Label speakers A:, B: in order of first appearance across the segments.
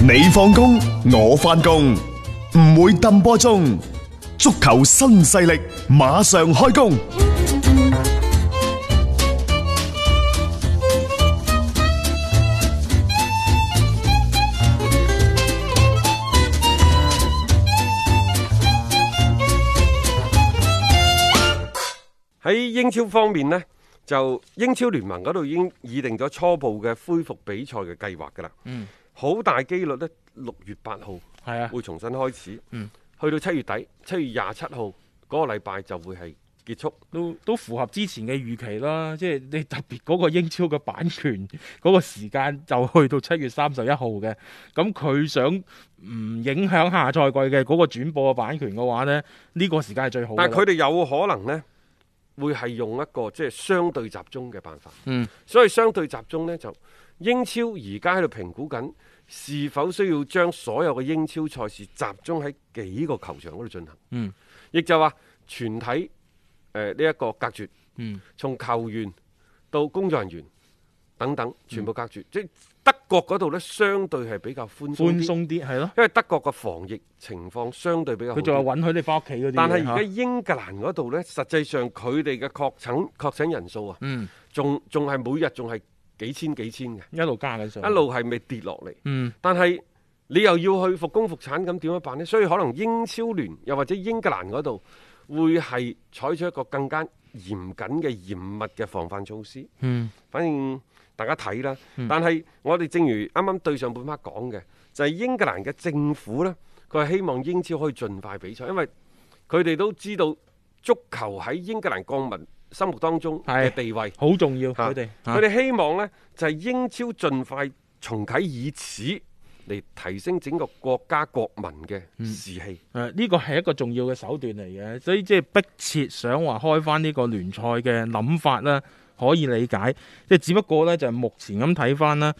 A: 你放工，我翻工，唔會抌波鐘。足球新勢力馬上開工。
B: 喺英超方面呢，就英超聯盟嗰度已經擬定咗初步嘅恢復比賽嘅計劃㗎啦。
C: 嗯，
B: 好大機率呢，六月八號
C: 係啊，
B: 會重新開始。
C: 嗯，
B: 去到七月底，七月廿七號嗰個禮拜就會係結束。
C: 都都符合之前嘅預期啦。 即係你特別嗰個英超嘅版權嗰個時間就去到七月三十一號嘅，咁佢想唔影響下賽季嘅嗰個轉播嘅版權嘅話呢，呢、個時間係最好㗎啦。啊
B: 但係佢哋有可能呢，會係用一個即係相對集中嘅辦法。
C: 嗯，
B: 所以相對集中呢，就英超而家喺度評估緊是否需要將所有嘅英超賽事集中喺幾個球場嗰度進行。
C: 嗯，
B: 亦就話全體誒呢一個隔絕，
C: 嗯，
B: 從球員到工作人員等
C: 嗯
B: 等，全部隔絕。即係德國嗰度呢，相對係比較寬鬆
C: 寬
B: 啲，
C: 鬆啲係咯，
B: 因為德國嘅防疫情況相對比較好
C: 佢
B: 啲。
C: 仲有允許你翻屋企嗰啲嘢。
B: 但係而家
C: 嚇
B: 英格蘭嗰度呢，實際上佢哋嘅確診確診人數啊，
C: 嗯
B: 仲仲係每日仲係幾千幾千嘅，
C: 一路加緊上，
B: 一路係未跌落嚟。
C: 嗯
B: 但係你又要去復工復產，咁點樣辦呢？所以可能英超聯又或者英格蘭嗰度會係採取一個更加嚴謹嘅嚴密嘅防範措施。
C: 嗯
B: 反正大家睇啦。但係我哋正如啱啱對上半 part 講嘅，就係、英格蘭嘅政府呢，佢係希望英超可以盡快比賽，因為佢哋都知道足球喺英格蘭國民心目當中嘅
C: 係
B: 地位。
C: 好重要
B: 嚇
C: 佢哋。嚇
B: 佢哋希望呢，就係、英超盡快重啟，以此嚟提升整個國家國民嘅
C: 嗯
B: 士氣。
C: 誒呢個係一個重要嘅手段嚟嘅，所以即係迫切想話開翻呢個聯賽嘅諗法啦，可以理解。即係只不過呢，就係目前咁睇翻啦，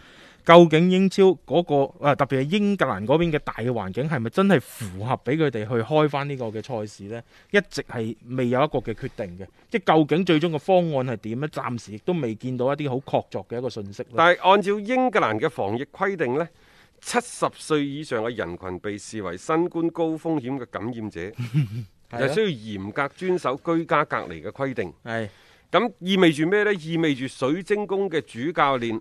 C: 究竟英超嗰、個、啊特別係英格蘭嗰邊嘅大環境係咪真係符合俾佢哋去開翻呢個嘅賽事呢？一直係未有一個嘅決定嘅，即係究竟最終嘅方案係點呢？暫時亦都未見到一啲好確鑿嘅一個信息啦。
B: 但係按照英格蘭嘅防疫規定呢，七十歲以上嘅人群被視為新冠高風險嘅感染者，
C: 係
B: 就
C: 啊
B: 需要嚴格遵守居家隔離嘅規定。
C: 係
B: 咁意味住咩呢？意味住水晶宮嘅主教練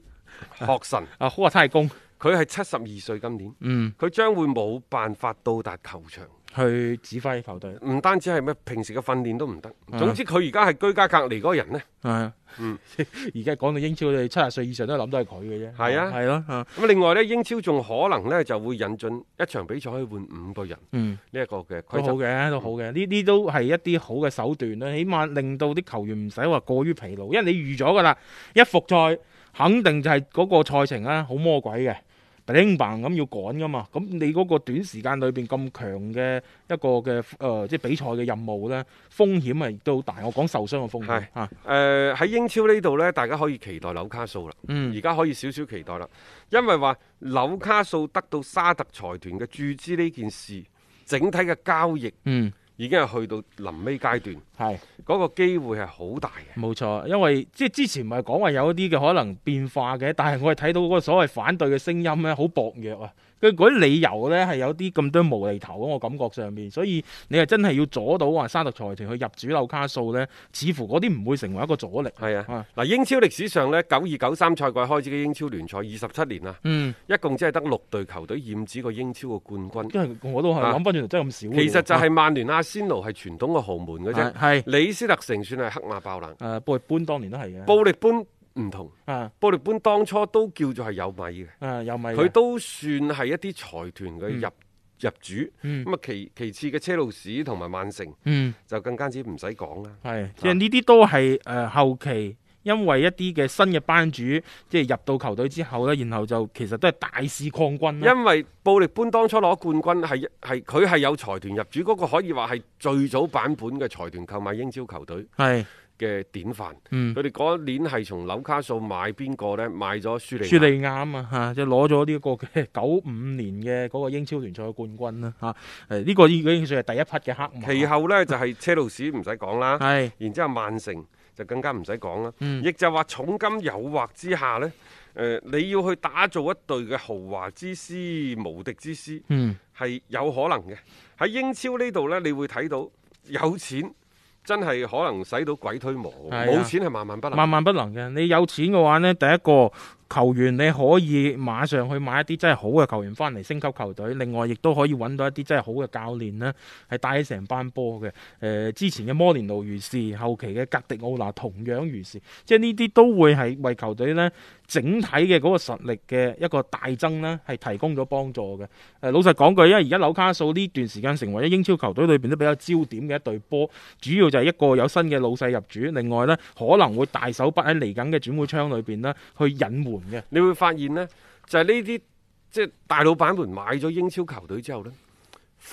B: 學 神，
C: 啊，好啊，太公，
B: 佢係七十二歲今年，
C: 嗯，
B: 佢將會冇辦法到達球場。
C: 去指揮球隊，
B: 唔單止係咩，平時嘅訓練都唔得。
C: 嗯
B: 總之佢而家係居家隔離嗰個人呢。
C: 係啊，
B: 嗯
C: 而家講到英超，你七十歲以上都係諗到係佢嘅啫。
B: 係啊
C: 係咯，啊
B: 咁另外呢，英超仲可能呢就會引進一場比賽可以換五個人
C: 嗯，
B: 呢一個嘅
C: 都
B: 規
C: 好
B: 則。
C: 嘅，都好嘅。呢啲都係一啲好嘅手段啦，起碼令到啲球員唔使話過於疲勞，因為你預咗㗎啦，一復賽肯定就係嗰個賽程啦，好魔鬼嘅。叮棒咁要趕㗎嘛，咁你嗰個短時間裏邊咁強嘅一個嘅誒、呃即係比賽嘅任務咧，風險係亦都好大。我講受傷嘅風險
B: 係
C: 嚇，
B: 誒喺、英超呢度呢，大家可以期待紐卡素啦。
C: 嗯
B: 而家可以少少期待啦，因為話紐卡素得到沙特財團嘅注資呢件事，整體嘅交易
C: 嗯，
B: 已經係去到臨尾階段，
C: 係。
B: 嗰、個機會係好大嘅。
C: 冇錯，因為即係之前咪講話有一啲嘅可能變化嘅，但係我係睇到嗰個所謂反對嘅聲音咧，好薄弱啊。佢嗰啲理由咧係有啲咁多無厘頭啊，我感覺上面，所以你係真係要阻到話沙特財團去入主紐卡素咧，似乎嗰啲唔會成為一個阻力。
B: 係啊
C: 啊，
B: 嗱，英超歷史上呢，九二九三賽季開始嘅英超聯賽二十七年啦，
C: 嗯，
B: 一共只係得六隊球隊染指過英超嘅冠軍。
C: 因為我都係
B: 啊
C: 諗翻轉頭真係咁少嘅喎。
B: 其實就係曼聯、阿仙奴係傳統嘅豪門嘅
C: 係
B: 啫，
C: 係
B: 李斯特城算係黑馬爆冷，
C: 誒布力般當年都係嘅。
B: 布力般唔同，
C: 啊
B: 布力般當初都叫做係有米嘅。
C: 啊又咪
B: 佢都算係一啲財團嘅入、入主。
C: 嗯
B: 咁啊，其其次嘅車路士同埋曼城
C: 嗯。
B: 就更加之唔使講啦。
C: 係，即係呢啲都係誒、呃、後期，因為一啲嘅新嘅班主，即係入到球隊之後咧，然後就其實都係大肆擴軍啦。
B: 因為布力般當初攞冠軍係係佢係有財團入主，嗰、個可以話係最早版本嘅財團購買英超球隊
C: 係，
B: 嘅典範。
C: 嗯，
B: 佢哋嗰一年係從紐卡素買邊個呢？買咗舒利亞。
C: 舒利亞啊嘛嚇，即係攞咗呢個嘅 九五年嘅嗰個英超聯賽嘅冠軍啦嚇。誒、呢、個已經算係第一匹嘅黑馬。啊
B: 其後呢，就係、車路士唔使講啦，
C: 係
B: 然之後曼城就更加唔使講啦。
C: 嗯
B: 亦就係話重金誘惑之下呢，誒、呃你要去打造一隊嘅豪華之師、無敵之師，
C: 嗯
B: 係有可能嘅。喺英超呢度呢，你會睇到有錢真係可能使到鬼推磨，
C: 係啊
B: 冇錢係萬萬不能。
C: 萬萬不能嘅。你有錢嘅話呢，第一個球員你可以馬上去買一啲真係好嘅球員翻嚟升級球隊，另外亦都可以揾到一啲真係好嘅教練啦，係帶起成班波嘅。誒、之前嘅摩連奴如是，後期嘅格迪奧拿同樣如是，即係呢啲都會係為球隊呢整體嘅嗰個實力嘅一個大增呢，係提供咗幫助嘅。誒、老實講句，因為而家紐卡素呢段時間成為咗英超球隊裏邊都比較焦點嘅一隊波。主要就係一個有新嘅老細入主，另外呢可能會大手筆喺嚟緊嘅轉會窗裏邊呢去隱瞞嘅。
B: 你會發現呢，就係呢啲即係大老闆們買咗英超球隊之後呢，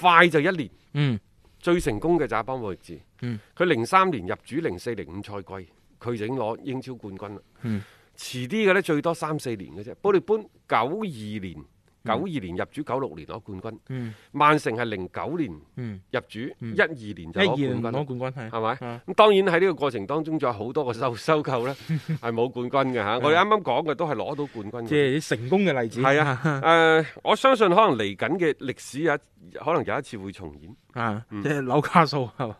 B: 快就一年。
C: 嗯
B: 最成功嘅就係邦莫域治
C: 嗯，
B: 佢零三年入主，零四零五賽季佢已經攞英超冠軍啦。
C: 嗯
B: 遲啲嘅呢，最多三四年嘅啫。保利般九二年、九二年入主，九六年攞冠軍。
C: 嗯
B: 曼城係零九年
C: 嗯，
B: 入主，
C: 嗯
B: 一二年
C: 一
B: 就
C: 二
B: 攞
C: 年
B: 冠軍啦
C: 攞。冠軍係
B: 係咪
C: 啊
B: 咁當然喺呢個過程當中，仲有好多個收
C: 嗯
B: 收購 呢係冇冠軍嘅嚇。我哋啱啱講嘅都係攞到冠軍嘅。
C: 即係啲成功嘅例子。
B: 係啊，誒、我相信可能嚟緊嘅歷史有一可能有一次會重演。
C: 啊，
B: 嗯
C: 即係紐卡素 係嘛？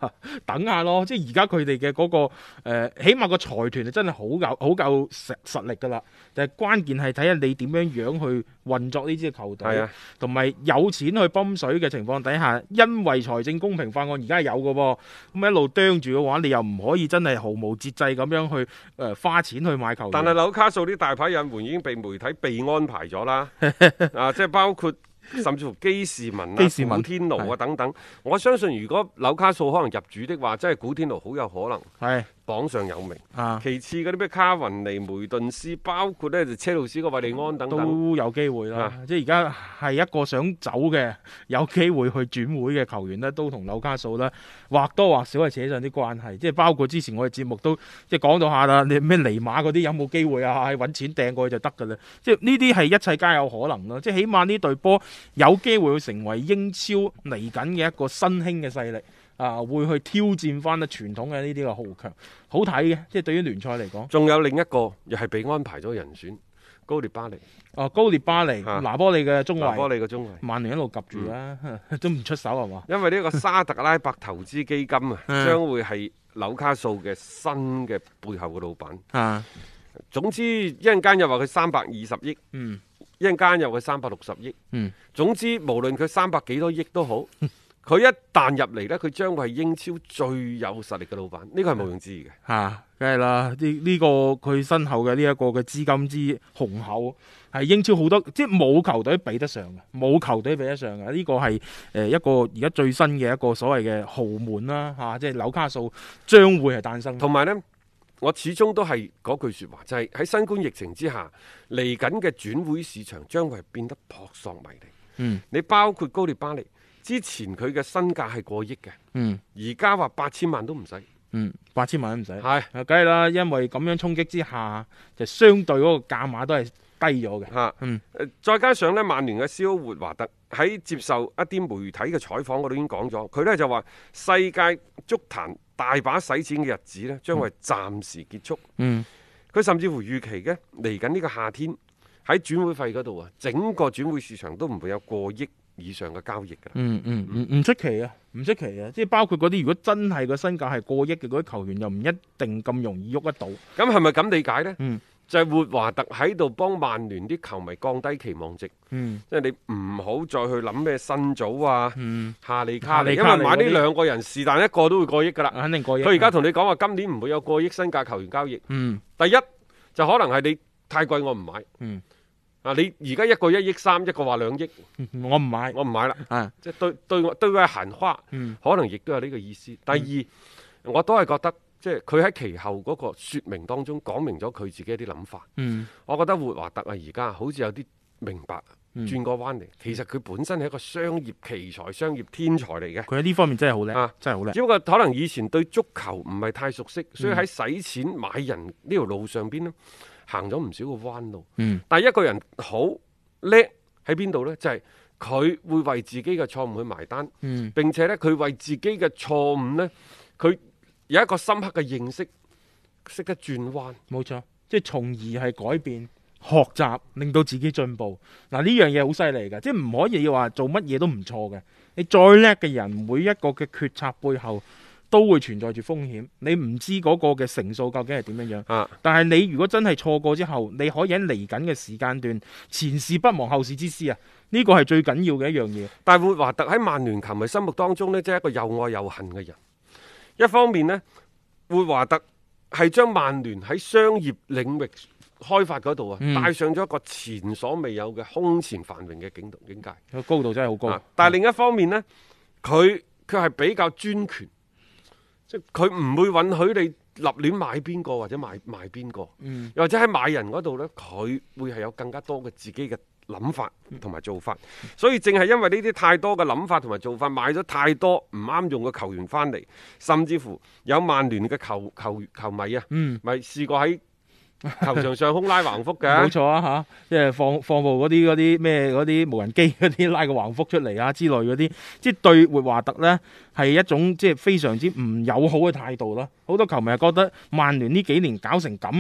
C: 等下咯，即係而家佢哋嘅嗰個、呃、起碼個財團係真係好夠好夠實實力㗎啦。但係關鍵係睇下你點樣樣去運作呢支球
B: 係
C: 隊
B: 啊，，
C: 同埋有錢去泵水嘅情況底下，因為財政公平法案而家係有嘅喎，咁一路啄住嘅話，你又唔可以真係毫無節制咁樣去誒、呃花錢去買球員。
B: 但係紐卡素啲大牌引援已經被媒體被安排咗 啦，啊，即係包括甚至乎基士文啊
C: 基士、
B: 古
C: 文
B: 天奴
C: 係
B: 啊等等。我相信如果紐卡素可能入主的話，真係古天奴好有可能
C: 係
B: 榜上有名。
C: 啊，
B: 其次嗰啲咩卡雲尼、梅頓斯，包括呢就車路士個維利安等等。
C: 都有機會啦。
B: 啊
C: 即係而家係一個想走嘅，有機會去轉會嘅球員呢，都同紐卡素呢或多或少係扯上啲關係。即係包括之前我哋節目都即係講到下啦，你咩尼馬嗰啲有冇機會啊？係揾錢掟過去就得㗎啦。即係呢啲係一切皆有可能咯。即係起碼呢隊波有機會會成為英超嚟緊嘅一個新興嘅勢力。啊，會去挑戰翻咧傳統嘅呢啲嘅豪強，好睇嘅，即係對於聯賽嚟講。
B: 仲有另一個又係被安排咗人選，高列巴黎、
C: 哦，高列巴黎、
B: 啊
C: 拿波利嘅中
B: 拿波
C: 衞，
B: 利嘅中衞。
C: 曼聯一路及住啦， 都唔出手係嘛？
B: 因為呢個沙特阿拉伯投資基金啊，
C: 嗯
B: 將會係紐卡素嘅新嘅背後嘅老闆。
C: 啊，
B: 總之一陣間又話佢三百二十億，
C: 嗯
B: 一陣間又佢三百六十億。
C: 嗯，
B: 總之無論佢三百幾多億都好，佢一旦入嚟呢，佢將會係英超最有實力嘅老闆。呢個係毋庸置疑嘅。
C: 嚇，梗係啦，呢呢、個佢身後嘅呢一個嘅資金之雄厚，係英超好多即係冇球隊比得上嘅，冇球隊比得上嘅。呢、個係誒一個而家最新嘅一個所謂嘅豪門啦嚇、即係紐卡素將會係誕生。
B: 同埋呢，我始終都係嗰句説話，就係、喺新冠疫情之下，嚟緊嘅轉會市場將會係變得撲朔迷離。
C: 嗯
B: 你包括高列巴黎之前佢嘅身價係過億嘅，
C: 嗯
B: 而家話八千萬都唔使，
C: 嗯，八千萬都唔使。
B: 係
C: 啊，梗係啦，因為咁樣衝擊之下，就相對嗰個價碼都係低咗嘅。
B: 嚇。
C: 嗯
B: 誒再加上呢，曼聯嘅肖活華特喺接受一啲媒體嘅採訪嗰度已經講咗，佢呢就話世界足壇大把使錢嘅日子呢，將會暫時結束。
C: 嗯
B: 佢甚至乎預期嘅嚟緊呢個夏天喺轉會費嗰度啊，整個轉會市場都唔會有過億以上嘅交易㗎啦。
C: 嗯嗯嗯，唔出奇啊，唔出奇啊，即係包括嗰啲如果真係個身價係過億嘅嗰啲球員，又唔一定咁容易喐得到。
B: 咁係咪咁理解呢？
C: 嗯
B: 就係活華特喺度幫曼聯啲球迷降低期望值。
C: 嗯
B: 即係你唔好再去諗咩新組啊、
C: 嗯，
B: 夏利卡利，
C: 夏利
B: 因
C: 卡
B: 為
C: 利
B: 買呢
C: 嗰啲啊
B: 兩個人是但一個都會過億㗎啦。
C: 肯定過億。
B: 佢而家同你講話今年唔會有過億身價球員交易，
C: 嗯
B: 第一就可能係你太貴我唔買。
C: 嗯
B: 啊！你而家一個一億三，一個話兩億，
C: 嗯我唔買
B: 我唔買啦。
C: 啊
B: 即係對對我對外閒話，
C: 嗯
B: 可能亦都有呢個意思。第二，我都係覺得即係佢喺其後嗰個説明當中講明咗佢自己一啲諗法。
C: 嗯
B: 我覺得活華特啊，而家好似有啲明白，
C: 嗯
B: 轉個彎嚟。其實佢本身係一個商業奇才、商業天才嚟嘅。
C: 佢喺呢方面真係好叻
B: 啊，
C: 真係好叻。
B: 只不過可能以前對足球唔係太熟悉，所以喺使錢買人呢條路上邊呢，行咗唔少個彎路。
C: 嗯
B: 但係一個人好叻喺邊度呢？就係、佢會為自己嘅錯誤去埋單，
C: 嗯
B: 並且呢，佢為自己嘅錯誤呢，佢有一個深刻嘅認識，識得轉彎。
C: 冇錯，即係從而係改變、學習，令到自己進步。嗱呢樣嘢好犀利㗎，即係唔可以話做乜嘢都唔錯嘅。你再叻嘅人，每一個嘅決策背後都會存在住風險，你唔知嗰個嘅成數究竟係點樣樣。
B: 啊，
C: 但係你如果真係錯過之後，你可以喺嚟緊嘅時間段，前事不忘後事之師啊！呢個係最緊要嘅一樣嘢。
B: 但係活華特喺曼聯球迷心目當中呢，即係一個又愛又恨嘅人。一方面呢，活華特係將曼聯喺商業領域開發嗰度啊，
C: 嗯
B: 帶上咗一個前所未有嘅空前繁榮嘅境境界。
C: 個高度真係好高。
B: 啊但係另一方面呢，佢佢係比較專權，即係佢唔會允許你立亂買邊個或者買賣邊個，
C: 嗯
B: 又或者喺買人嗰度呢，佢會係有更加多嘅自己嘅諗法同
C: 嗯
B: 埋做法。所以正係因為呢啲太多嘅諗法同埋做法，買咗太多唔啱用嘅球員翻嚟，甚至乎有曼聯嘅球球球迷啊，
C: 嗯，
B: 咪試過 喺球場上空拉橫幅嘅。
C: 冇錯啊吓，即係放放部嗰啲嗰啲咩嗰啲無人機嗰啲拉個橫幅出嚟啊之類嗰啲，即係對活華特呢係一種即係非常之唔友好嘅態度啦。好多球迷係覺得曼聯呢幾年搞成咁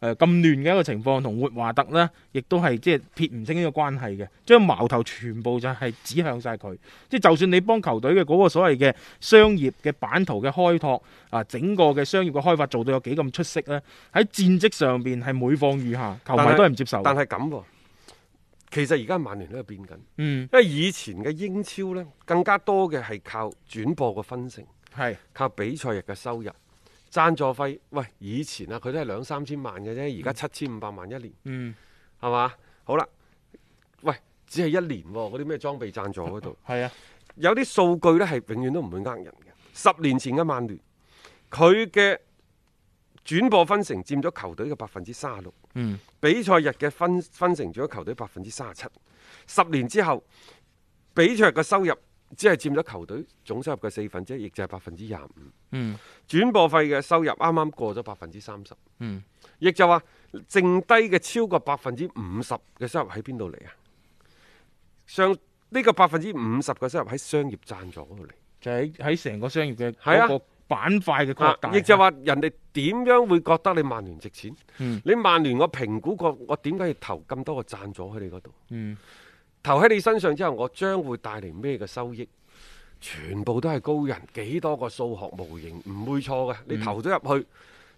C: 誒咁亂嘅一個情況，同活華特呢亦都係即係撇唔清呢個關係嘅，將矛頭全部就係指向晒佢。即係就算你幫球隊嘅嗰個所謂嘅商業嘅版圖嘅開拓啊，整個嘅商業嘅開發做到有幾咁出色呢？喺戰績上邊係每況愈下，球迷
B: 但係
C: 都係唔接受嘅。
B: 但係咁喎，其實而家曼聯都係變緊。
C: 嗯，
B: 因為以前嘅英超呢，更加多嘅係靠轉播嘅分成，
C: 係
B: 靠比賽日嘅收入、贊助費。喂，以前啊，佢都係兩三千萬嘅啫，而家七千五百萬一年，
C: 嗯
B: 係嘛？好啦，喂，只係一年喎、嗰啲咩裝備贊助嗰度，
C: 係啊，
B: 有啲數據呢係永遠都唔會呃人嘅。十年前嘅曼聯，佢嘅轉播分成佔咗球隊嘅百分之三十六。
C: 嗯
B: 比賽日嘅分分成咗球隊百分之三十七。十年之後，比賽日嘅收入只係佔咗球隊總收入嘅四分之一，亦就係百分之廿五。
C: 嗯
B: 轉播費嘅收入啱啱過咗百分之三十，
C: 嗯，
B: 亦就話剩低嘅超過百分之五十嘅收入喺邊度嚟啊？上呢、個百分之五十嘅收入喺商業贊助嗰度嚟。
C: 就喺喺成個商業嘅
B: 係啊
C: 嗰個板塊嘅擴
B: 啊
C: 大，
B: 亦就話人哋點樣會覺得你曼聯值錢？
C: 嗯
B: 你曼聯我評估過，我點解要投咁多個贊助喺你嗰度？
C: 嗯
B: 投喺你身上之後，我將會帶嚟咩嘅收益？全部都係高人，幾多個數學模型唔會錯嘅。你投咗入去，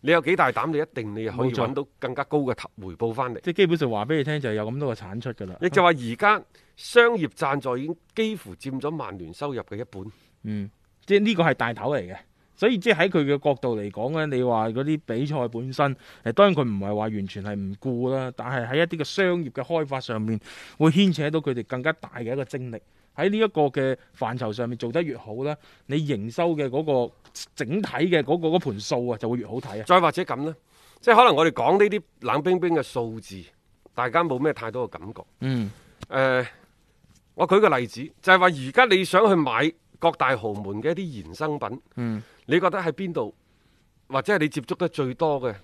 B: 你有幾大膽，你一定你可以
C: 嗯冇錯啊
B: 揾到更加高嘅投回報翻嚟。
C: 即係基本上話俾你聽就係有咁多嘅產出㗎啦。
B: 亦就話而家商業贊助已經幾乎佔咗曼聯收入嘅一半。
C: 嗯，即係呢個係大頭嚟嘅。所以即係喺佢嘅角度嚟講咧，你話嗰啲比賽本身，誒當然佢唔係話完全係唔顧啦，但係喺一啲嘅商業嘅開發上面，會牽扯到佢哋更加大嘅一個精力。喺呢一個嘅範疇上面做得越好咧，你營收嘅嗰個整體嘅嗰、個嗰盤數啊，就會越好睇啊。
B: 再或者咁呢，即係可能我哋講呢啲冷冰冰嘅數字，大家冇咩太多嘅感覺。
C: 嗯
B: 誒、我舉個例子，就係話而家你想去買各大豪門嘅一啲衍生品，
C: 嗯，
B: 你覺得喺邊度，或者係你接觸得最多嘅，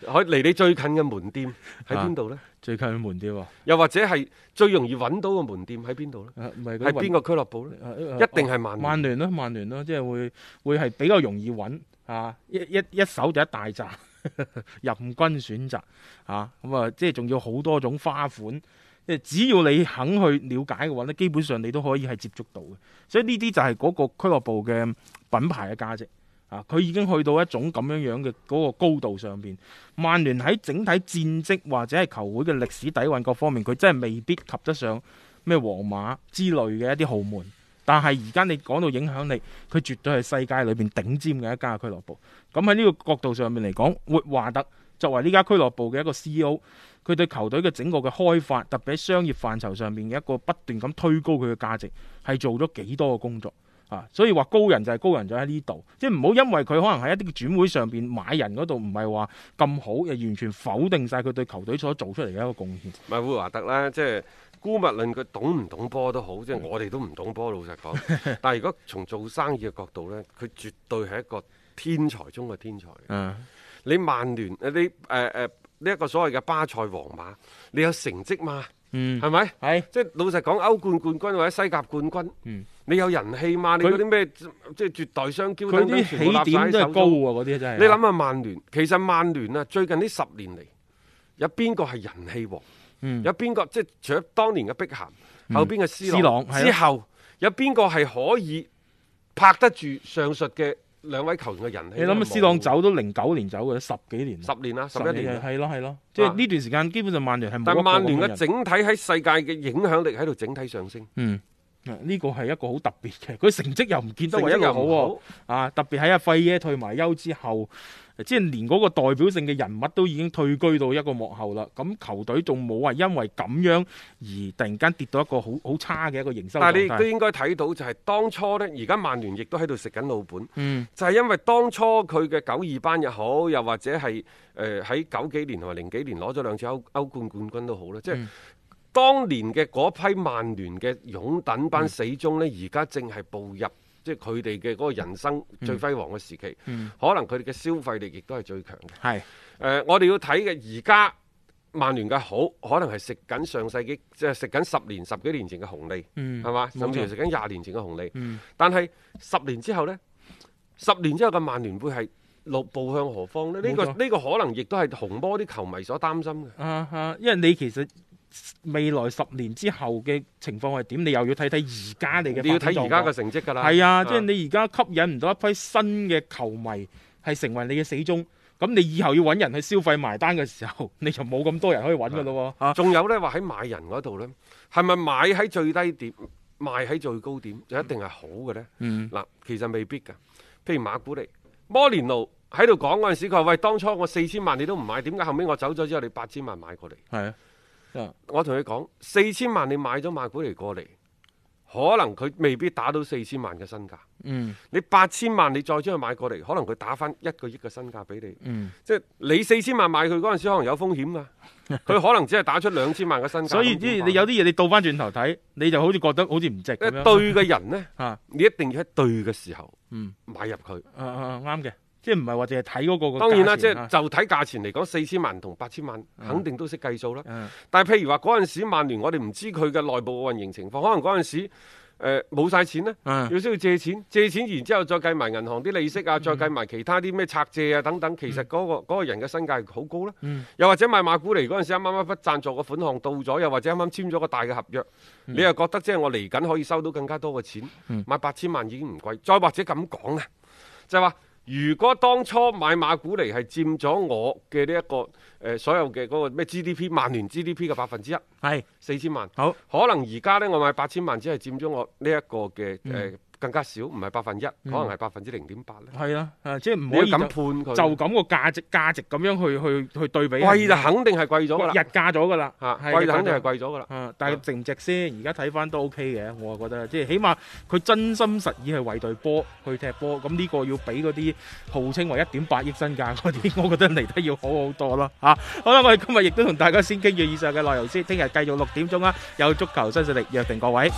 B: 可以離你最近嘅門店喺邊度呢？
C: 最近嘅門店喎，
B: 又或者係最容易揾到嘅門店喺邊度呢？
C: 啊誒唔
B: 喺
C: 係嗰啲啊
B: 邊個俱樂部呢？
C: 一
B: 一定係曼聯
C: 曼聯咯，曼聯咯，即係會會係比較容易揾啊，一一一手就一大扎 任君選擇啊，咁啊，即係仲要好多種花款，即係只要你肯去了解嘅話咧，基本上你都可以係接觸到嘅，啊所以呢啲就係嗰個俱樂部嘅品牌嘅價值。啊！佢已經去到一種咁樣樣嘅嗰個高度上邊，曼聯喺整體戰績或者係球會嘅歷史底蘊各方面，佢真係未必及得上咩皇馬之類嘅一啲豪門。但係而家你講到影響力，佢絕對係世界裏邊頂尖嘅一家俱樂部。咁喺呢個角度上面嚟講，活華特作為呢家俱樂部嘅一個 CEO，佢對球隊嘅整個嘅開發，特別喺商業範疇上面嘅一個不斷咁推高佢嘅價值，係做咗幾多嘅工作。啊，所以話高人就係高人就喺呢度，即係唔好因為佢可能喺一啲轉會上邊買人嗰度唔係話咁好，又完全否定晒佢對球隊所做出嚟嘅一個貢獻。
B: 咪會華特啦，即係姑勿論佢懂唔懂波都
C: 嗯
B: 好，即係我哋都唔懂波，老實 講。但係如果從做生意嘅角度呢，佢絕對係一個天才中嘅天才。
C: 嗯，
B: 呃你曼聯誒你誒誒呢一個所謂嘅巴塞皇馬，你有成績嘛？
C: 嗯，
B: 係咪？
C: 係
B: 即係老實講，歐冠冠軍或者西甲冠軍，
C: 嗯
B: 你有人氣嘛？你
C: 佢
B: 嗰啲咩即係絕代雙驕
C: 佢
B: 等等，
C: 啲
B: 全部立晒
C: 起點
B: 喺
C: 都
B: 手
C: 係高
B: 中。
C: 啊，嗰啲真係。
B: 你諗下曼聯，其實曼聯啊，最近呢十年嚟，有邊個係人氣王？
C: 嗯
B: 有邊個即係除咗當年嘅碧咸，後邊嘅斯
C: 斯朗係啊
B: 之後，有邊個係可以拍得住上述嘅兩位球員嘅人氣
C: 你
B: 呢？
C: 諗下，斯朗
B: 冇
C: 走都零九年走嘅，十幾年，啊
B: 十年啦，十一年啦。
C: 係咯係咯，即係呢段時間基本上曼聯係冇一個
B: 但曼
C: 咁
B: 聯
C: 嘅
B: 嘅
C: 人
B: 整體喺世界嘅影響力喺度整體上升，
C: 嗯。啊呢個係一個好特別嘅，佢成績又唔見得
B: 成
C: 唯一
B: 績
C: 個
B: 又
C: 好
B: 唔
C: 喎、
B: 好，
C: 啊！特別喺阿費耶退埋休之後，即係連嗰個代表性嘅人物都已經退居到一個幕後啦。咁球隊仲冇話因為咁樣而突然間跌到一個好好差嘅一個營收
B: 但係
C: 狀
B: 你亦都
C: 態。
B: 應該睇到就係當初呢，而家曼聯亦都喺度食緊老本，
C: 嗯
B: 就係因為當初佢嘅九二班又好，又或者係誒喺九幾年同埋零幾年攞咗兩次歐歐冠冠軍都好啦，即係。
C: 嗯
B: 當年嘅嗰批曼聯嘅擁躉班死忠呢，而家正係步入即係佢哋嘅嗰個人生最輝煌嘅時期，
C: 嗯，
B: 可能佢哋嘅消費力亦都係最強嘅。
C: 係
B: 誒、我哋要睇嘅而家曼聯嘅好，可能係食緊上世紀，即係食緊十年、十幾年前嘅紅利，
C: 嗯
B: 係嘛、甚
C: 冇
B: 至乎
C: 錯
B: 食緊廿年前嘅紅利。
C: 嗯
B: 但係十年之後呢，十年之後嘅曼聯會係路步向何方呢？呢、個
C: 冇
B: 呢
C: 錯、
B: 個可能亦都係紅魔啲球迷所擔心嘅。
C: 啊啊，因為你其實未來十年之後嘅情況係點，你又要睇睇而家你嘅
B: 嗯你要睇
C: 發展
B: 而
C: 狀
B: 家
C: 況
B: 嘅成績㗎啦。
C: 係啊，即係你而家吸引唔到一批新嘅球迷係成為你嘅死忠，咁你以後要揾人去消費埋單嘅時候， 你就冇咁多人可以揾噶咯喎。
B: 仲有呢，話喺買人嗰度呢，係咪買喺最低點，賣喺最高點就一定係好嘅呢？
C: 嗯
B: 嗱，其實未必㗎。譬如馬古尼、摩連奴喺度講嗰陣時，佢話：喂，當初我四千萬你都唔買，點解後尾我走咗之後你八千萬買過嚟？
C: 係啊，
B: 我同佢講，四千萬你買咗馬古尼過嚟，可能佢未必打到四千萬嘅身價。
C: 嗯
B: 你八千萬你再將佢買過嚟，可能佢打翻一個億嘅身價俾你。
C: 嗯，
B: 即係你四千萬買佢嗰陣時，可能有風險㗎。啊 佢可能只係打出兩千萬嘅身價。
C: 所以
B: 咁點
C: 即係
B: 辦
C: 你有啲嘢你倒翻轉頭睇，你就好似覺得好似唔值咁樣。
B: 誒對嘅人呢，
C: 啊
B: 你一定要喺對嘅時候
C: 嗯
B: 買入佢。
C: 啊啊啱嘅，即係唔係話淨係睇嗰個個
B: 當然啦，
C: 價
B: 即
C: 錢
B: 係
C: 啊
B: 就睇價錢嚟講，四千萬同八千萬肯定都識計數啦。
C: 嗯
B: 但係譬如話嗰陣時曼聯，我哋唔知佢嘅內部嘅運營情況，可能嗰陣時誒冇晒錢呢，
C: 嗯
B: 要需要借錢，借錢然之後再計埋銀行啲利息啊，再計埋其他啲咩拆借啊等等，其實嗰、個嗰個人嘅身價好高啦。
C: 嗯
B: 又或者買馬古尼嗰陣時，啱啱一筆贊助嘅款項到咗，又或者啱啱簽咗個大嘅合約，你又覺得即係我嚟緊可以收到更加多嘅錢，
C: 嗯
B: 買八千萬已經唔貴。再或者咁講啊，就係話如果當初買馬古尼係佔咗我嘅呢一個誒、呃所有嘅嗰個咩 GDP 曼聯 GDP 嘅百分之一。
C: 係
B: 四千萬，
C: 好
B: 可能而家呢，我買八千萬只係佔咗我呢一個嘅誒、
C: 嗯
B: 呃更加少，唔係百分一，可能係百分之零點八咧。
C: 係啦，啊即係嗯唔
B: 你要
C: 可以
B: 咁
C: 就
B: 判佢，
C: 就咁個價值價值咁樣去去去對比
B: 貴就肯定係貴咗㗎
C: 日
B: 啦，
C: 價咗㗎啦，
B: 嚇
C: 係
B: 貴就肯定
C: 價
B: 係
C: 咗
B: 貴咗㗎啦。
C: 啊！但係值唔值先？而家睇翻都 OK 嘅，我覺得即係起碼佢真心實意係為隊波去踢波，咁呢個要比嗰啲號稱為一點八億身價嗰啲， 我覺得嚟得要好好多啦嚇、好啦，我哋今啊日亦都同大家先傾咗以上嘅內容先，聽日繼續六點鐘啦，有足球新勢力約定各位。